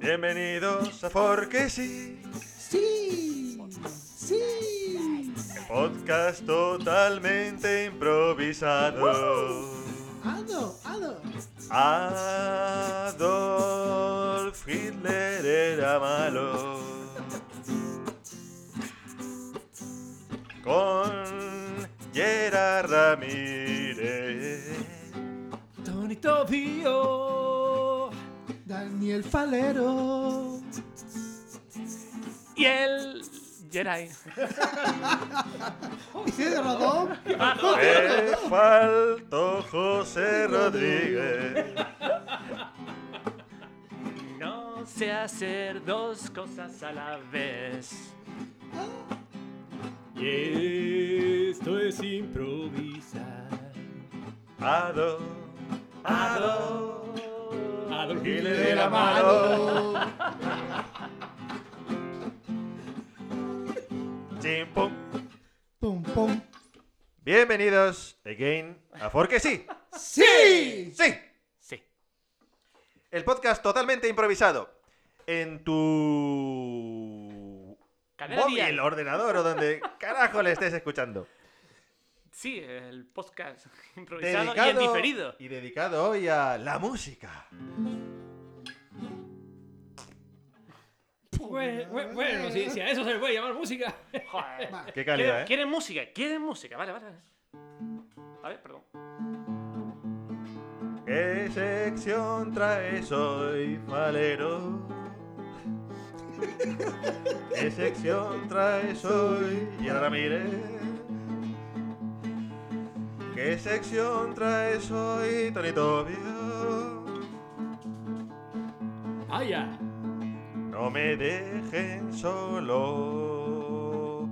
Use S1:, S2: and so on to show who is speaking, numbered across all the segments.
S1: Bienvenidos a Porque sí,
S2: Sí, sí.
S1: el podcast totalmente improvisado.
S2: Ado, ado.
S1: Adolf Hitler era malo. Con Gerard Ramírez.
S3: Tony Tobio
S2: Daniel Falero.
S3: y el Jedi.
S2: ¿Y de Rodón?
S1: Me faltó José Rodríguez.
S3: No sé hacer dos cosas a la vez. Y esto es improvisar.
S1: Adolf,
S3: Adolf, Adolf
S1: Hitler
S3: Hitler
S1: era
S3: era malo.
S1: malo. Chim, pum.
S2: Pum, pum.
S1: Bienvenidos again a Porque sí.
S2: Sí.
S1: Sí.
S3: Sí.
S1: El podcast totalmente improvisado. En tu
S3: Cadena
S1: móvil,
S3: Dial.
S1: ordenador o donde carajo le estés escuchando.
S3: Sí, el podcast improvisado y el
S1: Dedicado-
S3: diferido.
S1: Y dedicado hoy a la música.
S4: Bueno, bueno, bueno, si, si a eso se le puede llamar música.
S3: Joder.
S2: Vale.
S1: Qué
S3: ¿Quieren,
S1: calidad, ¿eh?
S3: quieren música? ¿Quieren música? Vale, vale. A ver, perdón.
S1: ¿Qué sección traes hoy, Valero? ¿Qué sección traes hoy, Yara Ramírez? ¿Qué sección traes hoy, Tony Tobio?
S4: Vaya.
S1: No me dejen solo.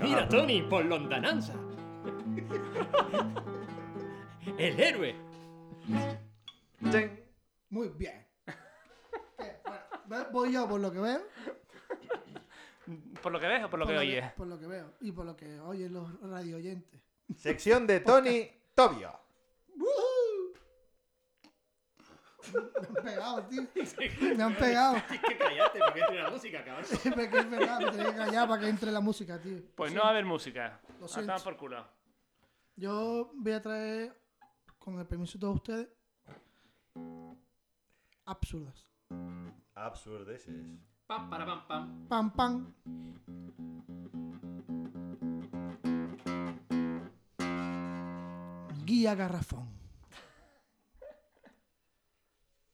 S4: Mira, Tony, por lontananza. El héroe.
S1: Chen.
S2: Muy bien. Bien, bueno, Voy yo por lo que veo.
S3: ¿Por lo que ves o por lo que oyes?
S2: Por lo que veo. Y por lo que oyen los radio oyentes.
S1: Sección de Tony Tobio.
S2: Me han pegado, tío. Me han pegado.
S4: que cállate, porque entra la música, cabrón.
S2: Siempre que es verdad, me tenía que callar para que entre la música, tío.
S3: Pues no va a haber música.
S2: Lo
S3: Lo
S2: siento.
S3: por culo.
S2: Yo voy a traer, con el permiso de todos ustedes, absurdas.
S1: Absurdeces.
S4: Pam, para, pam, pam.
S2: Pam, pam. Guía Garrafón.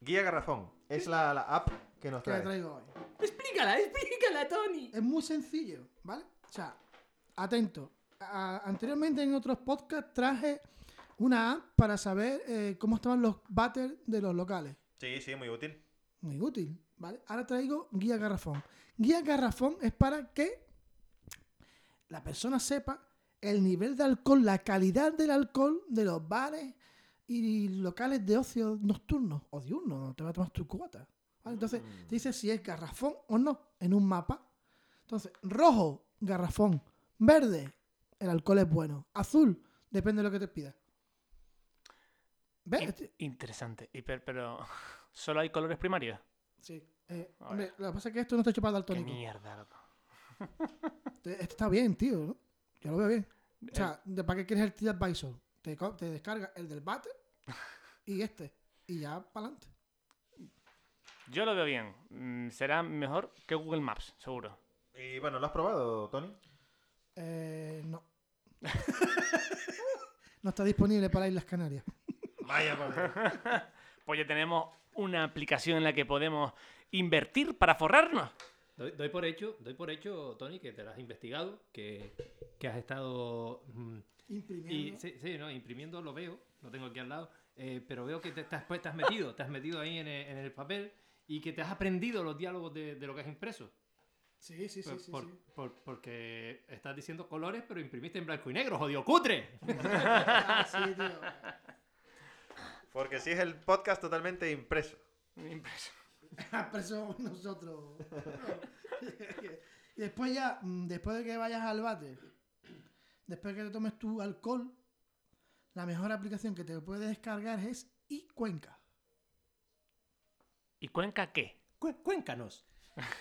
S1: Guía Garrafón. Es la, la app que nos
S2: Que le
S1: trae.
S2: traigo hoy.
S4: Explícala, explícala, Tony.
S2: Es muy sencillo, ¿vale? O sea, atento. A- anteriormente en otros podcasts traje una app para saber eh, cómo estaban los batters de los locales.
S1: Sí, sí, muy útil.
S2: Muy útil, ¿vale? Ahora traigo guía garrafón. Guía garrafón es para que la persona sepa el nivel de alcohol, la calidad del alcohol de los bares y locales de ocio nocturnos o diurnos, donde te vas a tomar tu cubata. ¿vale? Entonces, te dice si es garrafón o no en un mapa. Entonces, rojo, garrafón. Verde, el alcohol es bueno. Azul, depende de lo que te pida. ¿Ves? Este-
S3: Interesante. Y per- pero solo hay colores primarios.
S2: Sí. Eh,
S3: Vale.
S2: hombre, lo que pasa es que esto no está hecho para
S3: Qué
S2: daltónico.
S3: mierda, loco.
S2: Te- Esto está bien, tío. ¿no? Yo lo veo bien. O
S3: Eh,
S2: sea, ¿de ¿para qué quieres el T-Advisor? Te, co- te descargas el del bate y este. Y ya para adelante.
S3: yo lo veo bien. Mm, Será mejor que Google Maps, seguro.
S1: Y bueno, ¿lo has probado, Tony?
S2: Eh, no. no está disponible para Islas Canarias.
S1: Vaya, padre.
S3: Pues ya tenemos una aplicación en la que podemos invertir para forrarnos.
S4: Doy, doy por hecho, doy por hecho, Tony, que te lo has investigado, que, que has estado mm, Y,
S2: Imprimiendo.
S4: sí, sí, no, imprimiendo lo veo, lo tengo aquí al lado, eh, pero veo que te estás, pues, te has metido, te has metido ahí en el, en el papel y que te has aprendido los diálogos de, de lo que has impreso.
S2: Sí, sí, sí.
S4: Por-
S2: sí,
S4: por-
S2: sí.
S4: por- porque estás diciendo colores, pero imprimiste en blanco y negro, jodido cutre.
S2: Ah, sí, tío.
S1: Porque sí es el podcast totalmente impreso.
S3: Impreso.
S2: Pero somos nosotros. y después ya, mm, después de que vayas al bate, después de que te tomes tu alcohol, la mejor aplicación que te puedes descargar es iCuenca.
S3: ¿Y Cuenca qué?
S4: Cué- cuéncanos.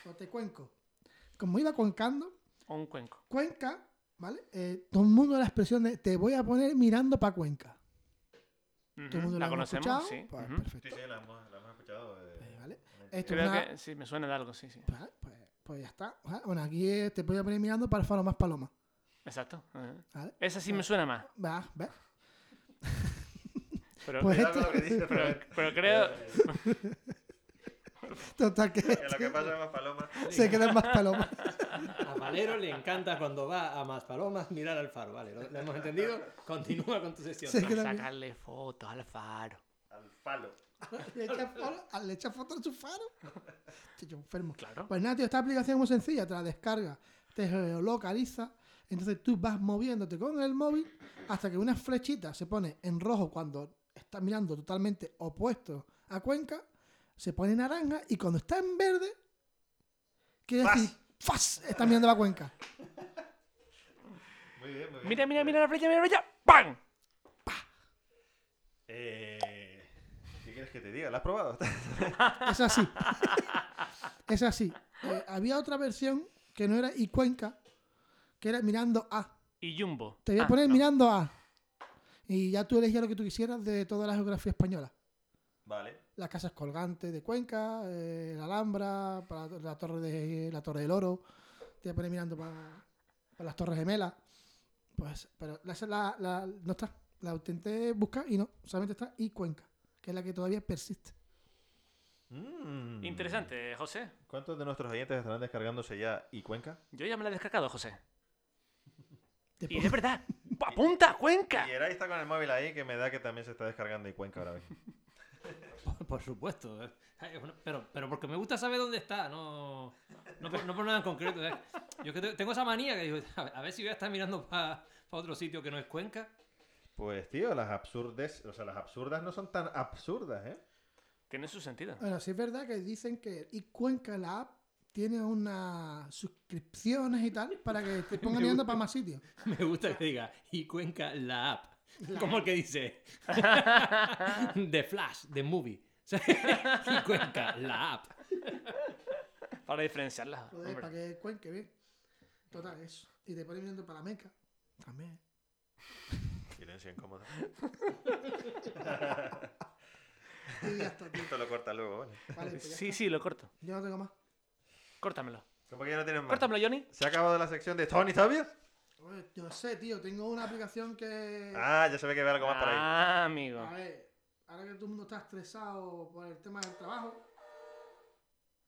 S2: O te cuenco. Como iba cuencando,
S3: O un cuenco.
S2: Cuenca, ¿vale? Eh, todo el mundo la expresión de te voy a poner mirando para Cuenca. Todo el
S3: Ujú,
S2: mundo
S3: La
S2: hemos
S3: conocemos,
S2: escuchado.
S3: sí.
S2: Pues,
S3: ujú.
S1: Sí,
S2: perfecto.
S1: sí, la hemos, la hemos escuchado. eh,
S2: Eh, ¿Vale?
S1: en el-
S2: Esto es
S3: Creo
S2: una-
S3: que sí, me suena de algo, sí, sí.
S2: Vale, pues, pues ya está. Ojalá- Bueno, aquí eh, te voy a poner mirando para el faro más paloma.
S3: Exacto. ajá.
S2: ¿Vale?
S3: Esa sí me suena más.
S2: Va, ¿ves?
S3: Pero,
S2: Pues-
S1: Cuidado con lo que dices,
S3: pero,
S1: pero-
S3: pero creo.
S1: eh,
S2: Total que
S1: que lo que pasa es más paloma.
S2: se quedan más palomas.
S4: A Valero le encanta cuando va a Maspalomas mirar al faro. Vale, lo, lo hemos entendido. Continúa con tu sesión.
S2: Sí.
S3: para
S2: que también-
S3: sacarle fotos al faro.
S1: Al palo.
S2: le echa foto, le echa foto a su faro. Chicho, enfermo.
S3: Claro.
S2: Pues nada, tío, esta aplicación es muy sencilla, te la descargas, te geolocaliza, entonces tú vas moviéndote con el móvil hasta que una flechita se pone en rojo cuando estás mirando totalmente opuesto a Cuenca, se pone naranja y cuando está en verde, quiere
S1: ¡Fas!
S2: decir, ¡fas! Estás mirando la Cuenca.
S1: Muy bien, muy bien.
S3: Mira, mira, mira la flecha, mira la flecha. ¡Pam!
S1: Eh, ¿Qué quieres que te diga? ¿La has probado?
S2: Es así. es así. Eh, había otra versión que no era y Cuenca, que era mirando a.
S3: Y Jumbo.
S2: Te voy a
S3: Ah,
S2: poner
S3: no.
S2: mirando a. Y ya tú elegías lo que tú quisieras de toda la geografía española.
S1: Vale.
S2: Las casas colgantes de Cuenca, eh, la Alhambra, para la, torre de, la Torre del Oro. Te voy a poner mirando para, las Torres Gemelas. Pues, pero la, la- la- no está. La intenté buscar y no. Solamente está y Cuenca, que es la que todavía persiste.
S1: Mm.
S3: Interesante, José.
S1: ¿Cuántos de nuestros oyentes estarán descargándose ya y Cuenca?
S3: Yo ya me la he descargado, José.
S2: Te
S3: Y
S2: pongo-
S3: es verdad. ¡Apunta, Cuenca!
S1: Y Eray está con el móvil ahí que me da que también se está descargando y Cuenca ahora mismo.
S4: Por, por supuesto. eh. Ay, bueno, Pero, pero porque me gusta saber dónde está, no, no, por, no por nada en concreto. eh. Yo es que te- tengo esa manía que digo, a ver, a ver si voy a estar mirando para otro sitio que no es Cuenca.
S1: Pues tío, las absurdes, o sea, las absurdas no son tan absurdas, ¿eh?
S3: Tiene su sentido.
S2: Bueno, sí es verdad que dicen que y Cuenca, la app, tiene unas suscripciones y tal para que te pongan mirando para más sitios.
S4: Me gusta que diga, y Cuenca la app. Como el que dice, The Flash, The Movie. O sea, y Cuenca la app.
S3: Para diferenciarlas.
S2: Joder,
S3: hombre.
S2: para que cuenque bien. Total, eso. Y te pones mirando para la meca. También.
S1: Silencio incómodo.
S2: Y ya está, tío.
S1: Esto lo corta luego, ¿vale?
S2: Vale, pues ya
S3: Sí,
S2: está.
S3: sí, lo corto.
S2: Yo no tengo más.
S3: Córtamelo.
S1: ¿Cómo que ya no tienen más?
S3: Córtamelo, Johnny.
S1: ¿Se ha acabado la sección de Tony Tobias?
S2: Oye, yo sé, tío. Tengo una aplicación que.
S1: Ah, ya se ve que ve algo más por ahí.
S3: Ah, amigo.
S2: A ver, ahora que todo el mundo está estresado por el tema del trabajo,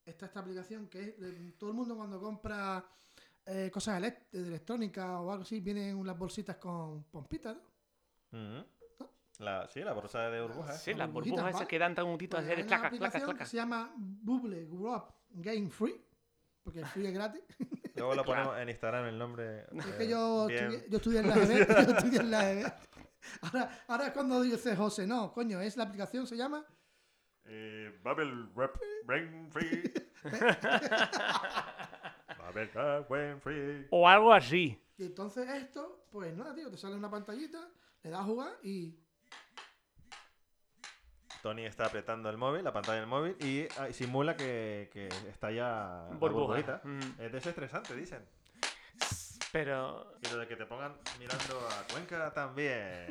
S2: está esta aplicación que es. eh, Todo el mundo cuando compra eh, cosas elec- de electrónicas o algo así, vienen unas bolsitas con pompitas, ¿no?
S1: Ujú. Mm. La, sí, la borsa de ¿eh? burbujas.
S3: Sí,
S2: las
S3: las
S2: burbujitas,
S3: burbujas esas
S2: ¿vale?
S3: que dan tan gutitos
S2: Pues
S3: hacer
S2: hay una
S3: claca, claca,
S2: aplicación
S3: claca.
S2: que se llama Bubble Grub Game Free, porque el free es gratis.
S1: Luego lo ponemos en Instagram el nombre.
S2: Es
S1: eh,
S2: que yo,
S1: bien.
S2: estudié, yo estudié en la EB. yo estudié en la EB. Ahora, ahora es cuando dice José, no, coño, es la aplicación, se llama.
S1: Eh, Bubble Wrap Brain Free. Bubble Wrap Brain Free.
S3: O algo así.
S2: Y entonces esto, pues nada, tío, te sale una pantallita, le das a jugar y.
S1: Tony está apretando el móvil, la pantalla del móvil, y ah, simula que, que está ya la
S3: Burbuja.
S1: burbujita.
S3: Mm,
S1: Es desestresante, dicen.
S3: Pero,
S1: Y lo de que te pongan mirando a Cuenca también.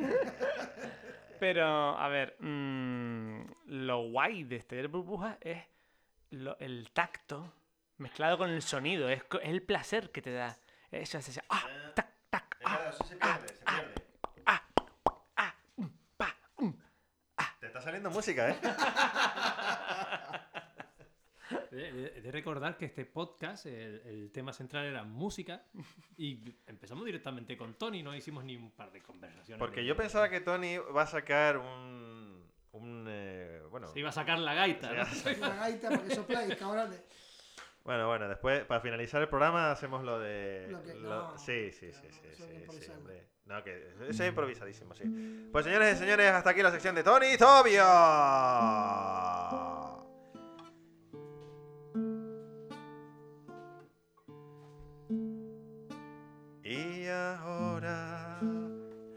S3: pero, a ver, mm, lo guay de este burbujas es lo- el tacto mezclado con el sonido. Es, co- es el placer que te da. Esa sensación. Ah, tac, tac,
S1: Es
S3: ah,
S1: verdad, eso se pierde, se pierde.
S3: ah, mm, pa, mm.
S1: Te está saliendo música, ¿eh?
S4: De, de- de recordar que este podcast, el, el tema central era música y empezamos directamente con Tony, no hicimos ni un par de conversaciones.
S1: Porque yo pensaba que Tony va a sacar un... un eh, bueno,
S4: Se iba a sacar la gaita, ¿no?
S2: La gaita, porque sopláis, cabrones.
S1: bueno, bueno, después, para finalizar el programa, hacemos lo de...
S2: Lo que- no,
S1: sí, sí,
S2: no,
S1: sí, sí,
S2: eso
S1: sí,
S2: es
S1: sí,
S2: improvisado.
S1: hombre. No, que eso es improvisadísimo, sí. Pues señores y señores, hasta aquí la sección de Tony Tobio. Y ahora...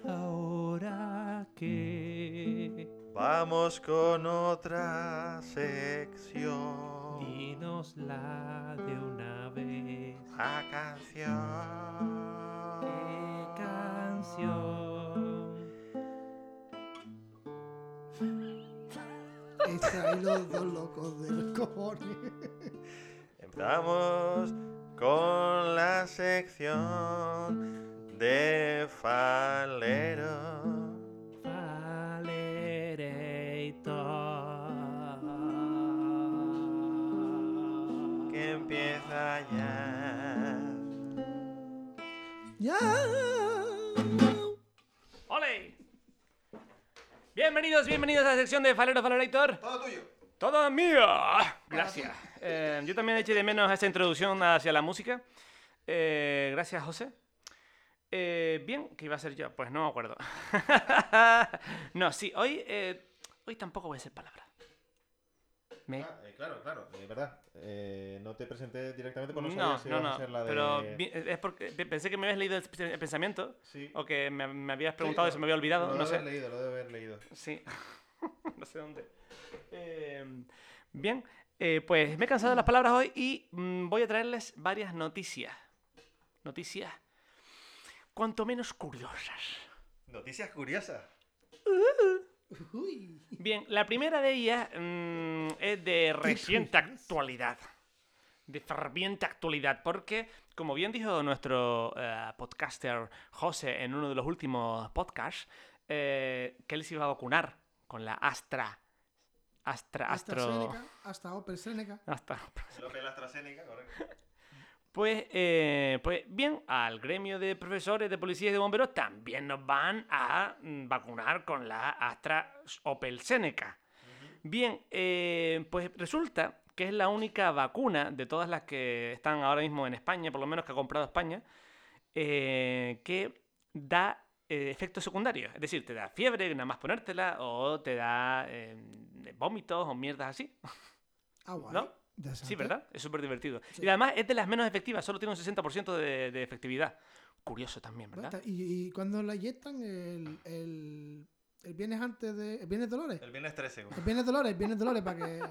S4: Ahora que Mm.
S1: Vamos con otra sección.
S4: Cantémosla de una vez.
S1: La canción.
S4: Qué canción.
S2: Estáis los dos locos del cojones.
S1: Empezamos con la sección de Falero.
S4: Valerator.
S1: que empieza ya.
S2: Ya.
S3: ¡Ole! Bienvenidos, bienvenidos a la sección de Falero Falerator. Todo tuyo. Toda mía. Gracias. Eh, yo también eché de menos esta introducción hacia la música. Eh, gracias, José. Eh, bien, ¿qué iba a ser yo? Pues no me acuerdo. no, sí, hoy, eh, hoy tampoco voy a hacer palabra. Me...
S1: eh, claro, claro, es verdad. Eh, no te presenté directamente porque no sabía
S3: No,
S1: si
S3: no,
S1: ibas a
S3: no.
S1: hacer la de...
S3: Pero vi- es porque pensé que me habías leído el el pensamiento.
S1: Sí.
S3: O que me, me habías
S1: Sí,
S3: preguntado y
S1: lo-
S3: se me había olvidado,
S1: Lo
S3: no
S1: debo
S3: sé.
S1: haber leído, lo debo haber leído.
S3: Sí, no sé dónde. Eh, bien, eh, pues me he cansado de las palabras hoy y mm, voy a traerles varias noticias. Noticias cuanto menos curiosas.
S1: Noticias curiosas.
S2: Uy.
S3: Bien, la primera de ellas mm, es de reciente actualidad. De ferviente actualidad, porque, como bien dijo nuestro eh, podcaster José en uno de los últimos podcasts, eh, que él se iba a vacunar con la Astra. Astra,
S2: Hasta
S3: Astro.
S2: Seneca, hasta Opel Seneca.
S3: Astra.
S1: Lo que es la AstraZeneca, correcto.
S3: Pues, eh, pues bien, al gremio de profesores, de policías y de bomberos también nos van a mm, vacunar con la Astra Opel Seneca. Bien, eh, pues resulta que es la única vacuna de todas las que están ahora mismo en España, por lo menos que ha comprado España, eh, que da eh, efectos secundarios. Es decir, te da fiebre, nada más ponértela, o te da eh, vómitos o mierdas así.
S2: Ah, guay.
S3: ¿No?
S2: Interesante.
S3: Sí, ¿verdad? Es súper divertido.
S2: Sí.
S3: Y además es de las menos efectivas, solo tiene un 60% de, de efectividad. Curioso también, ¿verdad?
S2: ¿Y, y cuando la inyectan el, el, el viernes antes de. El viernes Dolores.
S1: El viernes 13. güey.
S2: El viernes Dolores, el viernes Dolores, para que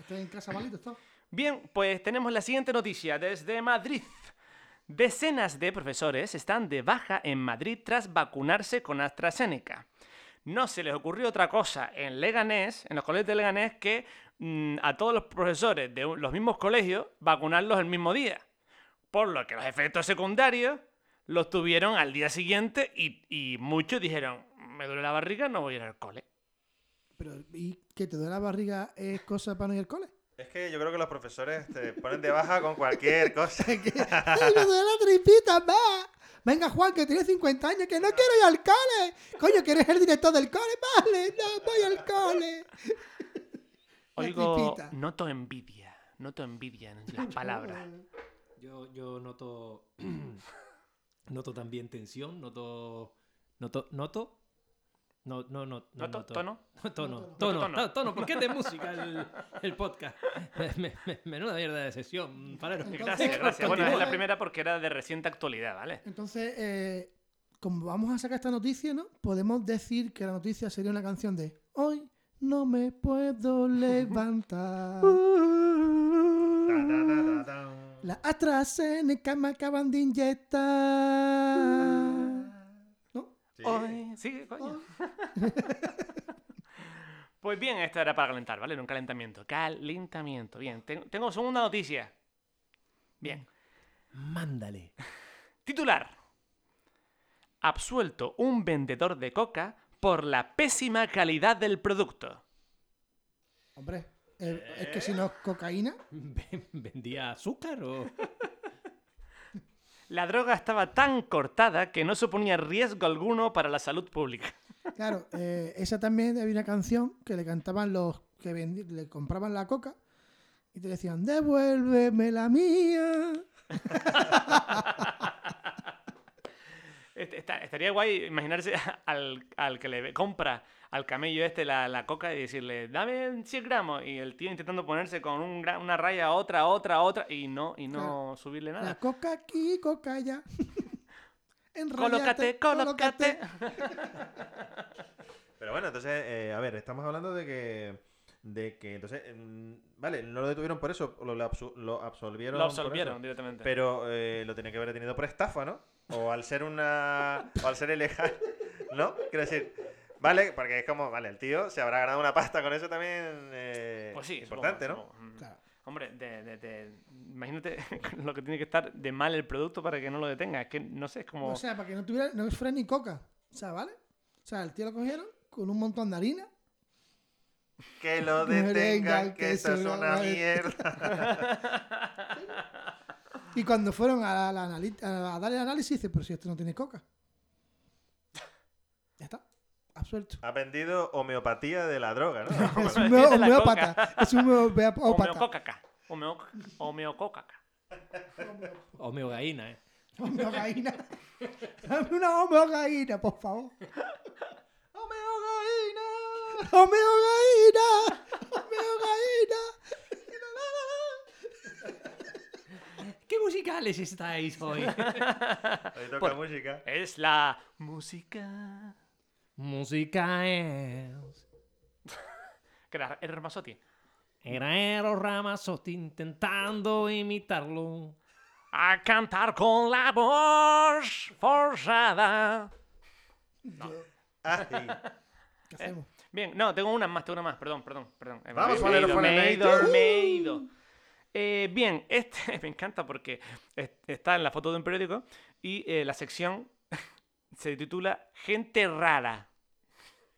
S2: estén en casa malitos todos.
S3: Bien, pues tenemos la siguiente noticia desde Madrid. Decenas de profesores están de baja en Madrid tras vacunarse con AstraZeneca. No se les ocurrió otra cosa en Leganés, en los colegios de Leganés, que mm, a todos los profesores de un- los mismos colegios vacunarlos el mismo día. Por lo que los efectos secundarios los tuvieron al día siguiente y, y muchos dijeron, me duele la barriga, no voy a ir al cole.
S2: Pero, ¿y que te duele la barriga es cosa para no ir al cole?
S1: Es que yo creo que los profesores te ponen de baja con cualquier cosa.
S2: ¡Ay, me duele la tripita, va! Venga, Juan, que tienes 50 años, que no quiero ir al cole. Coño, que eres el director del cole, vale, no voy al cole. La
S3: Oigo,
S2: tripita.
S3: noto envidia, noto envidia en las palabras.
S4: Yo, yo noto. noto también tensión, noto. Noto. Noto. No, no, no. no
S3: ¿Noto? ¿Tono?
S4: No, Tono,
S2: Noto.
S4: tono,
S3: Noto tono.
S4: no, tono, ¿por qué te música el, el podcast? Me- me- menuda mierda de sesión, Falero.
S2: Entonces-
S3: Gracias, gracias. Bueno, es
S2: Continúa.
S3: la primera porque era de reciente actualidad, ¿vale?
S2: Entonces, eh, como vamos a sacar esta noticia, ¿no? Podemos decir que la noticia sería una canción de Hoy no me puedo levantar.
S1: Ta, ta, ta, ta, ta.
S2: La AstraZeneca me acaban de inyectar. ¿No?
S1: Sí.
S3: Hoy- Sí, coño. Pues bien, esto era para calentar, ¿vale? Era un calentamiento. Calentamiento. Bien, ten- tengo segunda noticia. Bien.
S4: Mándale.
S3: Titular. Absuelto un vendedor de coca por la pésima calidad del producto.
S2: Hombre, eh, es que si no es cocaína,
S4: Ven- ¿Vendía azúcar o.?
S3: La droga estaba tan cortada que no suponía riesgo alguno para la salud pública.
S2: Claro, eh, esa también había una canción que le cantaban los que vendi- le compraban la coca y te decían, devuélveme la mía.
S3: Este- esta- estaría guay imaginarse al, al que le compra al camello este la, la coca y decirle, dame 100 gramos. Y el tío intentando ponerse con un gra- una raya, otra, otra, otra, y no, y no
S2: Claro.
S3: subirle
S2: La
S3: nada.
S2: coca aquí, coca allá.
S3: Colócate,
S2: Enrollate,
S3: colócate.
S1: Pero bueno, entonces, eh, a ver, estamos hablando de que de que entonces, mm, vale, no lo detuvieron por eso, lo, lo absu- lo absolvieron.
S3: Lo
S1: por eso.
S3: absolvieron directamente.
S1: Pero eh, lo tenía que haber detenido por estafa, ¿no? O al ser una. O al ser ilegal, ¿no? Quiero decir, vale, porque es como, vale, el tío se habrá ganado una pasta con eso también. eh,
S3: Pues sí, supongo,
S1: importante, ¿no?
S3: supongo. Mm.
S2: Claro.
S3: Hombre, de- de- de- imagínate lo que tiene que estar de mal el producto para que no lo detenga. Es que no sé, es como.
S2: O sea, para que no tuviera, no fuera ni coca. O sea, ¿vale? O sea, el tío lo cogieron con un montón de harina.
S1: Que lo
S2: No detengan,
S1: detengan,
S2: que
S1: que eso es
S2: se lo
S1: una
S2: va a-
S1: mierda.
S2: Y cuando fueron a, la- la anali- a dar el análisis, dice, pero si esto no tiene coca. Ya está. Absuelto.
S1: Ha vendido homeopatía de la droga, ¿no?
S2: Es
S3: me
S2: un
S3: dice la
S2: homeópata. Es un homeópata.
S3: Homeococaca. Homeo- Homeococaca.
S4: Homeogaína, ¿eh?
S2: Homeogaína. Dame una homeogaína, por favor. Homeogaína. Homeogaína. Homeogaína.
S4: ¿Qué musicales estáis hoy?
S1: Ahí toca
S3: Por-
S1: música.
S3: Es la música.
S4: Música es.
S3: Que era el Ramazotti.
S4: Era Eros Ramazzotti intentando imitarlo.
S3: A cantar con la voz forzada.
S1: Ah, sí.
S2: ¿Qué hacemos?
S3: Bien, no, tengo una más, tengo una más, perdón, perdón, perdón. Eh,
S1: Vamos,
S3: me, he ido,
S1: Valero
S3: me he ido,
S1: Fonator.
S3: me he ido. Eh, bien, este me encanta porque es- está en la foto de un periódico y eh, la sección se titula Gente rara.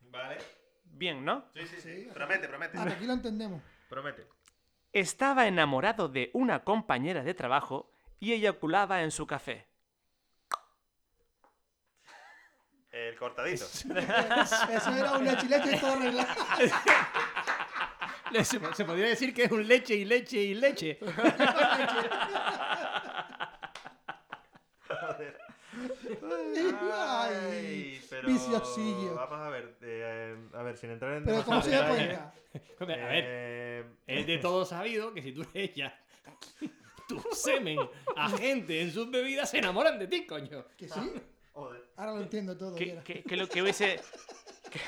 S1: Vale.
S3: Bien, ¿no?
S1: Sí, sí, sí. Promete, promete.
S2: Hasta aquí lo entendemos.
S1: Promete.
S3: Estaba enamorado de una compañera de trabajo y eyaculaba en su café.
S1: El cortadito.
S2: Eso era una chileta y todo arreglado.
S4: Le- Se, se podría decir que es un leche y leche y leche.
S2: Ay,
S1: pero...
S2: viciosillo.
S1: Vamos a ver, eh, a ver, sin entrar en
S2: Pero pues, ¿cómo se da
S1: demasiados
S2: cuenta?
S4: A
S1: detalles,
S4: ver,
S1: eh,
S4: es de todo sabido que si tú eres ella, tu semen a gente en sus bebidas se enamoran de ti, coño.
S2: ¿Que sí?
S1: joder.
S2: Ahora lo entiendo todo.
S3: ¿Qué,
S2: mira.
S3: qué- qué lo que hubiese, qué-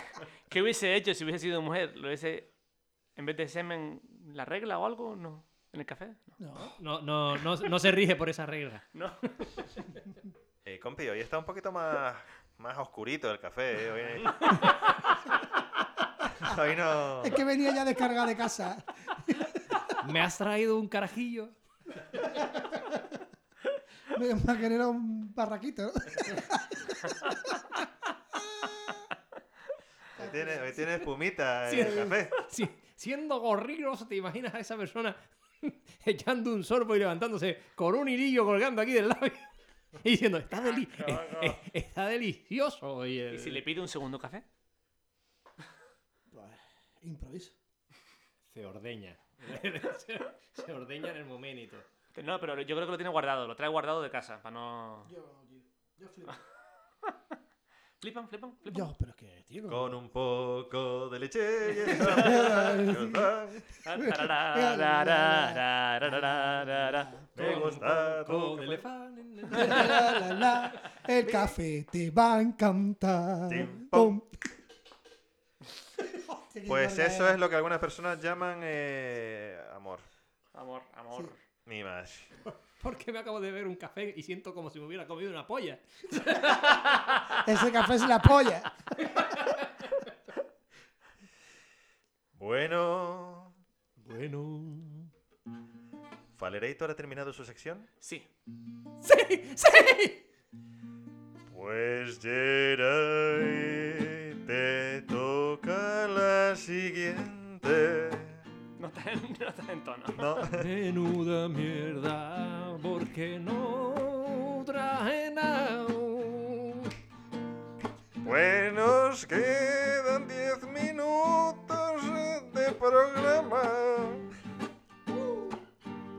S3: qué hubiese hecho si hubiese sido mujer? ¿Lo hubiese, en vez de semen, la regla o algo? No. ¿En el café?
S2: No.
S4: No, no, no, no se rige por esa regla.
S3: No.
S1: Eh, compi, hoy está un poquito más, más oscurito el café. eh, Hoy, hoy no.
S2: Es que venía ya descargada de casa.
S4: ¿Me has traído un carajillo?
S2: Me me generó un barraquito. ¿no?
S1: Hoy tiene, hoy tiene espumita
S4: Sí.
S1: el café.
S4: Si- siendo gorrilos, ¿te imaginas a esa persona echando un sorbo y levantándose con un hilillo colgando aquí del labio? Y diciendo, está, deli- eh, eh, está delicioso. oye".
S3: ¿Y si le pide un segundo café?
S2: Improviso.
S4: Se ordeña. se, se ordeña en el momento.
S3: No, pero yo creo que lo tiene guardado, lo trae guardado de casa, para no...
S2: Yo, yo flipo.
S3: Flipan, flipan, flipan.
S2: Yo, pero es que, tío. no-
S1: Con un poco de leche. y el café.
S3: Ah, tarararararararararara.
S1: Me gusta tu café.
S2: La, la, la, el café te va a encantar.
S1: Tim,
S2: Pum.
S1: pum.
S2: Hostia, qué
S1: Pues
S2: larga
S1: eso
S2: era.
S1: es lo que algunas personas llaman eh, amor.
S3: Amor, amor.
S2: Sí.
S1: Ni más.
S4: Porque me acabo de beber un café y siento como si me hubiera comido una polla.
S2: Ese café es la polla.
S1: Bueno.
S4: Bueno.
S1: ¿Falerator ha terminado su sección?
S3: Sí.
S4: ¡Sí! ¡Sí!
S1: Pues Geray, te toca la siguiente.
S3: No está en, no está en tono.
S1: No,
S4: Menuda mierda, porque no traje nada.
S1: pues nos quedan 10 minutos de programa.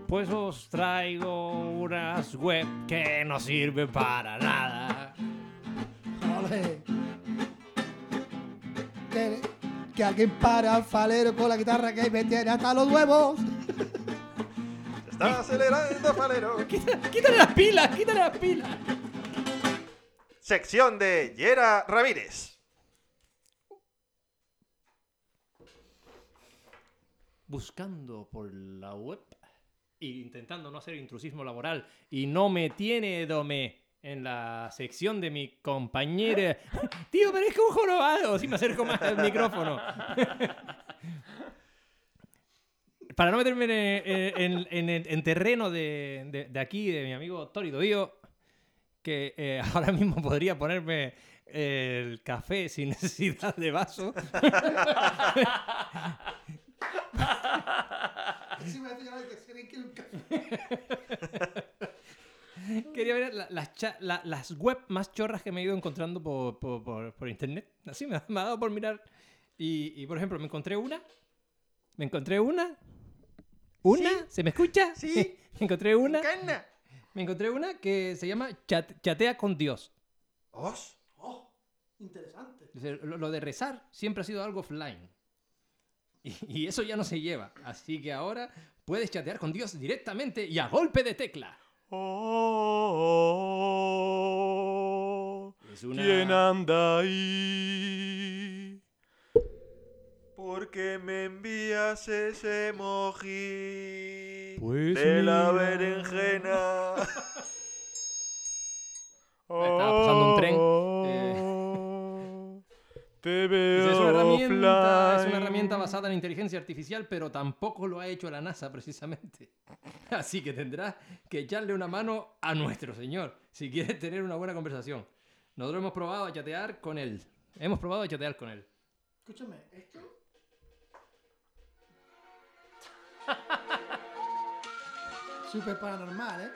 S4: Pues os traigo unas web que no sirven para nada.
S2: Ole. Que, que alguien para al falero con la guitarra que me tiene hasta los huevos.
S1: Se Está acelerando, Falero.
S4: ¡Quítale las pilas! ¡Quítale las pilas!
S1: Sección de Yera Ramírez.
S4: buscando por la web e intentando no hacer intrusismo laboral y no me tiene Dome en la sección de mi compañera. Tío, pero es que un jorobado. Si me acerco más al micrófono. Para no meterme en, eh, en- en- en- en terreno de, de- de aquí, de mi amigo Tori Doío, que eh, ahora mismo podría ponerme eh, el café sin necesidad de vaso.
S2: Sí, me decía, "Ay, que se creen que nunca-".
S4: Quería ver la- las, cha- la- las web más chorras que me he ido encontrando por, por- por- por internet. Así me, ha- me ha dado por mirar. Y, y, por ejemplo, me encontré una. Me encontré una. ¿Una? ¿Se me escucha?
S1: Sí.
S4: me encontré una.
S1: ¡Cana!
S4: Me encontré una que se llama Chat- Chatea con Dios.
S1: ¡Os!
S2: Oh, interesante.
S4: Dice, Lo, lo de rezar siempre ha sido algo offline. Y, y eso ya no se lleva. Así que ahora puedes chatear con Dios directamente y a golpe de tecla.
S3: Oh,
S4: Es una-
S3: anda ahí?
S1: ¿Por qué me envías ese moji
S4: Pues
S1: de la
S4: mira.
S1: berenjena?
S4: Estaba
S1: Oh.
S4: pasando un tren,
S3: Te veo.
S4: Dice, Es una, herramienta, es una
S3: offline".
S4: herramienta basada en inteligencia artificial, pero tampoco lo ha hecho la NASA precisamente. Así que tendrás que echarle una mano a nuestro señor si quieres tener una buena conversación. Nosotros hemos probado a chatear con él. Hemos probado a chatear con él.
S2: Escúchame, esto. Súper paranormal, ¿eh?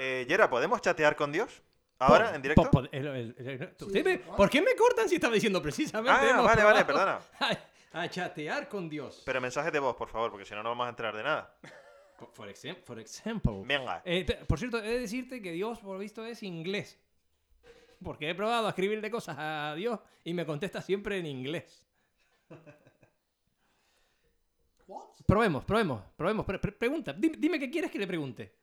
S1: Eh, Yera, ¿podemos chatear con Dios? ¿Ahora,
S4: Po-
S1: en directo?
S4: po- po- el- el- el- ¿Usted me-
S2: claro.
S4: ¿Por qué me cortan si estaba diciendo precisamente?
S1: Ah,
S4: hemos
S1: vale, vale,
S4: probado A, a chatear con Dios.
S1: Pero mensajes de voz, por favor, porque si no, no vamos a enterar de nada.
S4: Por- Por exem- por ejemplo.
S1: Venga.
S4: Eh, te- por cierto, he de decirte que Dios, por lo visto, es inglés. Porque he probado a escribirle cosas a Dios y me contesta siempre en inglés.
S2: What?
S4: Probemos, probemos, probemos. Pre- pre- pregunta, dime, dime qué quieres que le pregunte.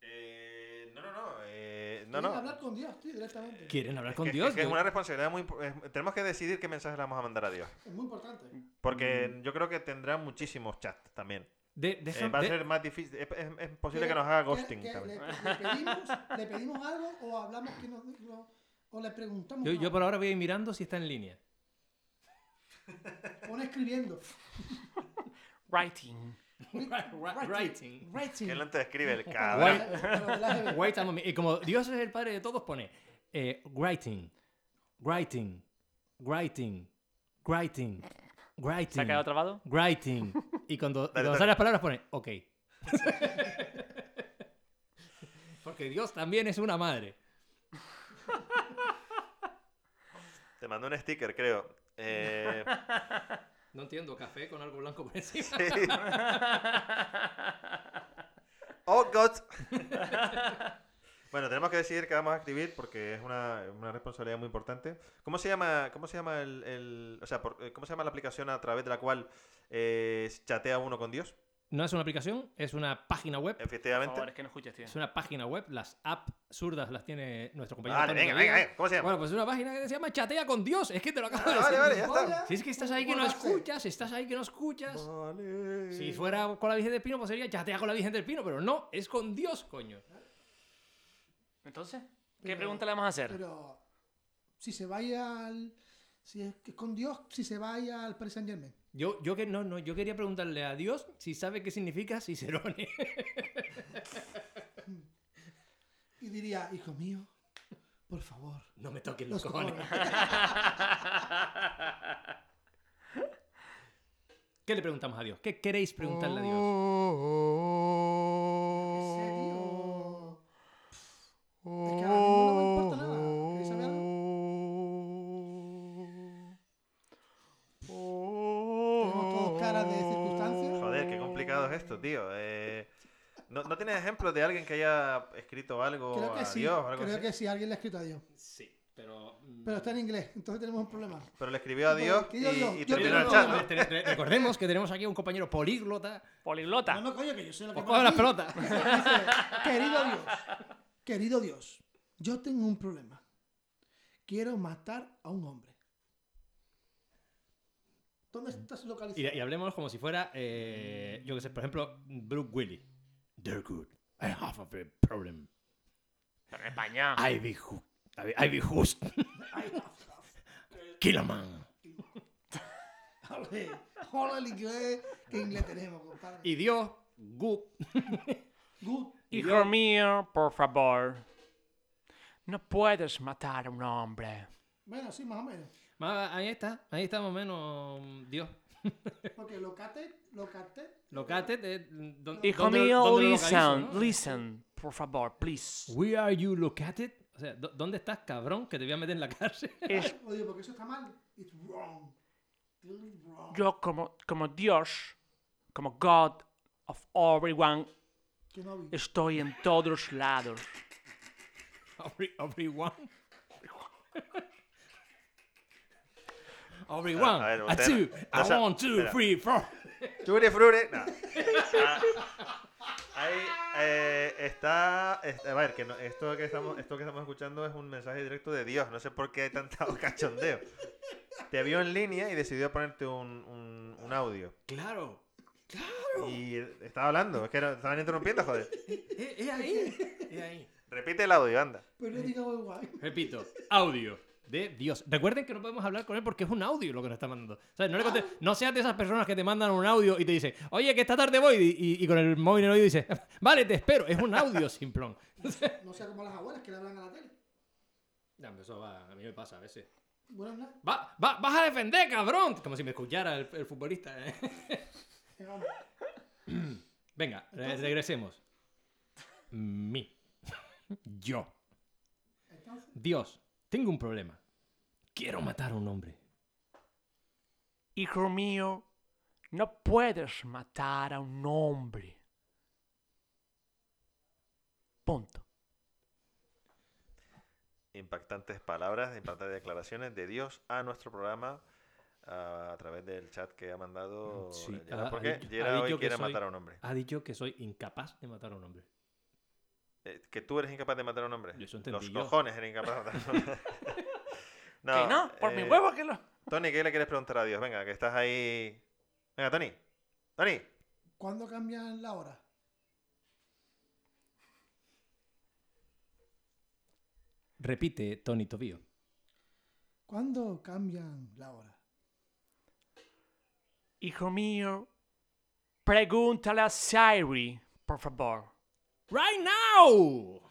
S1: Eh, no, no, no. eh, no,
S2: Tienes que hablar
S1: no.
S2: con Dios, tío, directamente.
S4: ¿Quieren hablar
S1: Es
S4: con
S1: que-
S4: Dios?
S1: Es, que es
S4: Yo-
S1: una responsabilidad muy... imp- es- tenemos que decidir qué mensajes le vamos a mandar a Dios.
S2: Es muy importante.
S1: Porque
S4: Mm.
S1: yo creo que tendrá muchísimos chats también.
S4: de- de-
S1: Eh, va a
S4: de-
S1: ser más difícil. Es, es- es posible
S2: ¿Qué-
S1: que nos haga
S2: qué-
S1: ghosting
S2: qué-
S1: también.
S2: Le, le pedimos, ¿Le pedimos algo o hablamos que nos, no- o le preguntamos?
S4: yo, yo
S2: algo?
S4: por ahora voy a ir mirando si está en línea.
S2: Pone escribiendo.
S3: Writing.
S4: Writing.
S2: Writing.
S1: ¿Quién no te escribe el
S2: Para
S1: cabrón?
S4: Guay.
S2: la- para la GB.
S4: Wait a moment. Y como Dios es el padre de todos, pone eh, writing, writing, writing, writing, writing.
S3: ¿Se ha quedado trabado?
S4: Writing. Y cuando,
S1: Dale,
S4: y cuando
S1: dale.
S4: salen las palabras pone, ok. Porque Dios también es una madre.
S1: Te mandó un sticker, creo. Eh,
S4: No entiendo, café con algo blanco por encima.
S1: sí. Oh, God. Bueno, tenemos que decidir qué vamos a escribir porque es una, una responsabilidad muy importante. ¿Cómo se llama, cómo se llama el, el- o sea, por- eh, cómo se llama la aplicación a través de la cual eh, chatea uno con Dios?
S4: No es una aplicación, es una página web.
S1: Eh,
S3: Por
S1: Efectivamente.
S3: favor, es que no escuches, tío.
S4: Es una página web. Las apps zurdas las tiene nuestro compañero.
S1: Vale,
S4: Antonio
S1: venga,
S4: Gabriel.
S1: venga, venga. ¿Cómo se llama?
S4: Bueno, pues es una página que se llama Chatea con Dios. Es que te lo acabo de
S1: Ah,
S4: decir.
S1: vale, vale, ya está.
S2: Hola,
S4: Si es que estás ahí que no
S2: ¿cómo hace?
S4: escuchas, estás ahí que no escuchas.
S1: Vale.
S4: Si fuera con la Virgen del Pino, pues sería chatea con la Virgen del Pino, pero no, es con Dios, coño.
S3: Entonces, ¿qué
S2: Pero-
S3: pregunta le vamos a hacer?
S2: Pero si se vaya al. Si es que es con Dios, si se vaya al Paris Saint Germain.
S4: Yo, yo que no, no, yo quería preguntarle a Dios si sabe qué significa Cicerone.
S2: Y diría, hijo mío, por favor.
S4: No me toques
S2: los
S4: los cojones.
S2: cojones".
S4: ¿Qué le preguntamos a Dios? ¿Qué queréis preguntarle a Dios?
S2: ¿En serio? Es que ahora mismo no me importa nada. ¿Queréis saber algo? Tenemos todos caras de circunstancias.
S1: Oh. Joder, qué complicado es esto, tío. Eh, ¿no, ¿No tienes ejemplos de alguien que haya escrito algo
S2: Creo que
S1: a
S2: sí.
S1: Dios o algo
S2: creo
S1: así?
S2: que sí, alguien le ha escrito a Dios.
S4: Sí, pero. mm,
S2: Pero está en inglés, entonces tenemos un problema.
S1: Pero le escribió a
S2: Bueno,
S1: Dios y,
S2: querido Dios,
S1: y
S2: yo
S1: terminó
S2: quiero-
S1: el chat, ¿no?
S2: no,
S4: Recordemos que tenemos aquí a un compañero políglota.
S3: Poliglota.
S2: No, no, coño, que yo soy lo que.
S4: Os cojo
S2: para
S4: las
S2: ti.
S4: pelotas.
S2: Dice, querido Dios, querido Dios, yo tengo un problema. Quiero matar a un hombre. ¿Dónde estás
S4: Mm. Y,
S2: localizado?
S4: y hablemos como si fuera, eh, yo que sé, por ejemplo, Brooke Willy. They're good. I have a big problem.
S3: Pero en España.
S4: Ivy Hook. Ivy Hook. Kill a man.
S2: Ole, ole el inglés. ¿Qué inglés tenemos, compadre?
S4: Y Dios, Goop.
S2: Good.
S3: Hijo mío, por favor. No puedes matar a un hombre.
S2: Bueno, sí, más o menos.
S4: Ma, Ahí está, ahí está más o menos mm, Dios.
S2: Porque locate, locate.
S4: Locate de. don-
S3: Hijo
S4: ¿dónde-
S3: mío,
S4: dónde lo localizo,
S3: listen,
S4: no?
S3: listen, por favor, please.
S4: Where are you located? O sea, ¿dó- ¿dónde estás, cabrón? Que te voy a meter en la cárcel.
S3: Es-
S2: Oye, porque eso está mal. It's wrong. It's wrong.
S3: yo como, como Dios, como God of everyone,
S2: Que no vi.
S3: estoy en todos lados.
S4: Every- Everyone. Everyone.
S1: A ver,
S4: A,
S1: usted
S4: two.
S1: no- no
S4: a
S1: sa-
S4: one, two,
S1: espera.
S4: three, four.
S1: Chure frure. No. Ah, ahí eh, está, es- A ver, que no- esto, que estamos, esto que estamos escuchando es un mensaje directo de Dios. No sé por qué hay tanto cachondeo. Te vio en línea y decidió ponerte un, un, un audio.
S4: Claro.
S1: Y estaba hablando, es que no- estaban interrumpiendo, joder.
S4: Es ahí. Es ahí.
S1: Repite el audio, anda.
S2: Pero no digamos igual.
S4: Repito, audio de Dios. Recuerden que no podemos hablar con él porque es un audio lo que nos está mandando. O sea, no, le conte- no seas de esas personas que te mandan un audio y te dicen, oye, que esta tarde voy. Y, y- y con el móvil en el oído dice, vale, te espero. Es un audio simplón.
S2: No sea como las abuelas que le hablan a la tele.
S4: Dame, eso va, a mí me pasa a veces.
S2: Buenas noches.
S4: Va, va- vas a defender, cabrón. Como si me escuchara el, el futbolista. ¿eh?
S2: Llegamos.
S4: Venga, re- regresemos. Mi. Yo.
S2: Entonces,
S4: Dios, tengo un problema. Quiero matar a un hombre.
S3: Hijo mío, no puedes matar a un hombre. Punto.
S1: Impactantes palabras, impactantes declaraciones de Dios a nuestro programa a, a través del chat que ha mandado.
S4: Sí,
S1: Gerard,
S4: ha- ha
S1: porque
S4: dicho- ha
S1: Gerard hoy
S4: dicho que
S1: quiere
S4: soy-
S1: matar a un hombre.
S4: Ha dicho que soy incapaz de matar a un hombre.
S1: Eh, que tú eres incapaz de matar a un hombre.
S4: Eso entendí
S1: Los
S4: yo.
S1: cojones eres incapaz de matar a un hombre.
S3: que no, por mi
S1: eh,
S3: huevo que lo...
S1: Tony, ¿qué le quieres preguntar a Dios? Venga, que estás ahí. Venga, Tony. Tony.
S2: ¿Cuándo cambian la hora?
S4: Repite, Tony Tobío.
S2: ¿Cuándo cambian la hora?
S3: Hijo mío, pregúntale a Siri, por favor.
S4: Right now.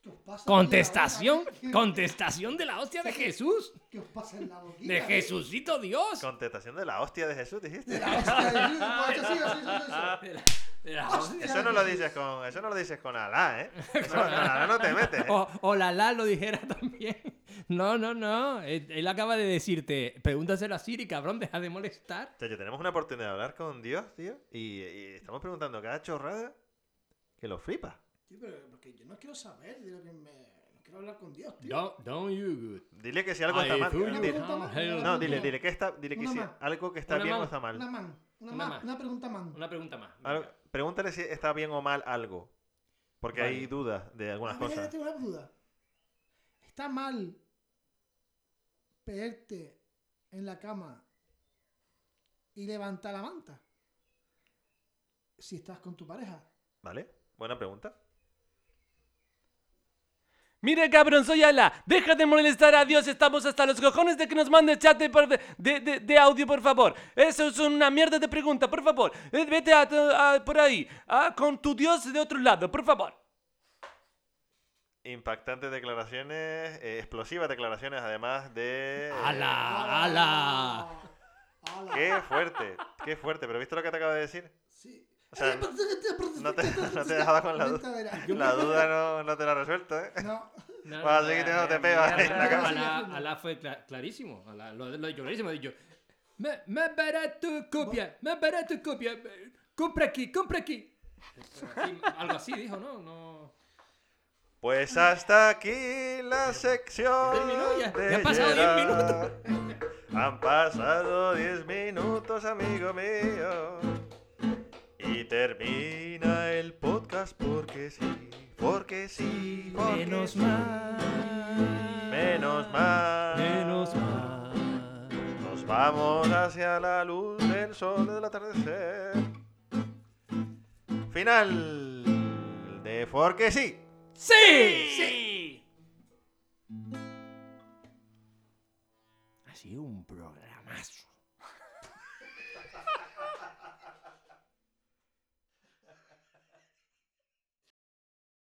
S2: ¿Qué os pasa?
S4: Contestación,
S2: ¿Qué-
S4: contestación de la hostia de Jesús.
S2: ¿Qué os pasa en la boquita?
S4: De Jesucito Dios.
S1: Contestación de la hostia de Jesús, dijiste.
S2: De la hostia de Jesús. Pues eso sí, eso sí, eso sí, eso.
S4: De la- de la hostia.
S1: Eso no lo dices con. Eso no lo dices con Alá, ¿eh? Eso, con Alá no te metes. ¿eh?
S4: O, o la la lo dijera también. No, no, no. Él, él acaba de decirte, pregúntaselo a Siri, cabrón, deja de molestar.
S1: Chacho, tenemos una oportunidad de hablar con Dios, tío. Y, y estamos preguntando cada chorrada que lo flipa.
S2: Sí, pero porque yo no quiero saber de lo que me... No quiero hablar con Dios, tío.
S4: Don't, don't you good.
S1: Dile que si algo está
S4: I
S1: mal.
S4: do you
S1: Dile,
S2: pregunta más,
S4: hell.
S2: una
S1: no,
S2: pregunta
S1: dile,
S2: más.
S1: dile que está. Dile que
S2: Una
S1: si
S2: más.
S1: algo que está
S4: Una
S1: bien o
S4: más.
S1: está mal.
S2: Una man. Una,
S4: Una
S2: man,
S4: man.
S2: Una pregunta man.
S4: Una pregunta más.
S1: Al-
S4: venga.
S1: pregúntale si está bien o mal algo. Porque
S4: Vale.
S1: hay dudas de algunas
S2: Ah, mira, yo
S1: cosas.
S2: tengo una duda. ¿Está mal pegarte en la cama y levantar la manta? Si estás con tu pareja.
S1: ¿Vale? Buena pregunta.
S3: Mira, cabrón, soy Ala. Deja de molestar a Dios. Estamos hasta los cojones de que nos mande chat de, por- de, de- de audio, por favor. Eso es una mierda de pregunta, por favor. Eh, Vete a- a- por ahí, a- con tu Dios de otro lado, por favor.
S1: Impactantes declaraciones, eh, explosivas declaraciones, además de. eh,
S4: ¡Ala! ¡Ala!
S2: ¡Hala!
S1: ¡Qué fufuerte! ¡Qué fuerte! ¿Pero viste lo que te acabo de decir?
S2: Sí.
S1: O sea, no Eh, te- no te dejaba con la duda. La duda no, no te la ha resuelto, ¿eh?
S2: No.
S4: No,
S1: Bueno, así que te- no te ¿eh? pegas
S4: Alá-
S1: en la
S2: cama.
S4: Ah, Alá, Alá fue cla- clarísimo. Alá, lo, lo dijo clarísimo. Dijo, me, me tu copia, me verá tu copia. eh, Compra aquí, compra aquí. Así, algo así dijo, ¿no? no...
S1: Pues hasta aquí la sección.
S4: Terminó ya.
S1: de
S4: Ya han pasado diez
S1: Gerard. Han pasado 10 minutos, amigo mío. Y termina el podcast porque sí, porque sí, porque sí.
S4: mal.
S1: Menos mal.
S4: mal.
S1: Nos Nos vamos hacia la luz del sol del atardecer. Final de Porque sí.
S4: ¡Sí!
S3: ¡Sí!
S5: Ha sido un programazo.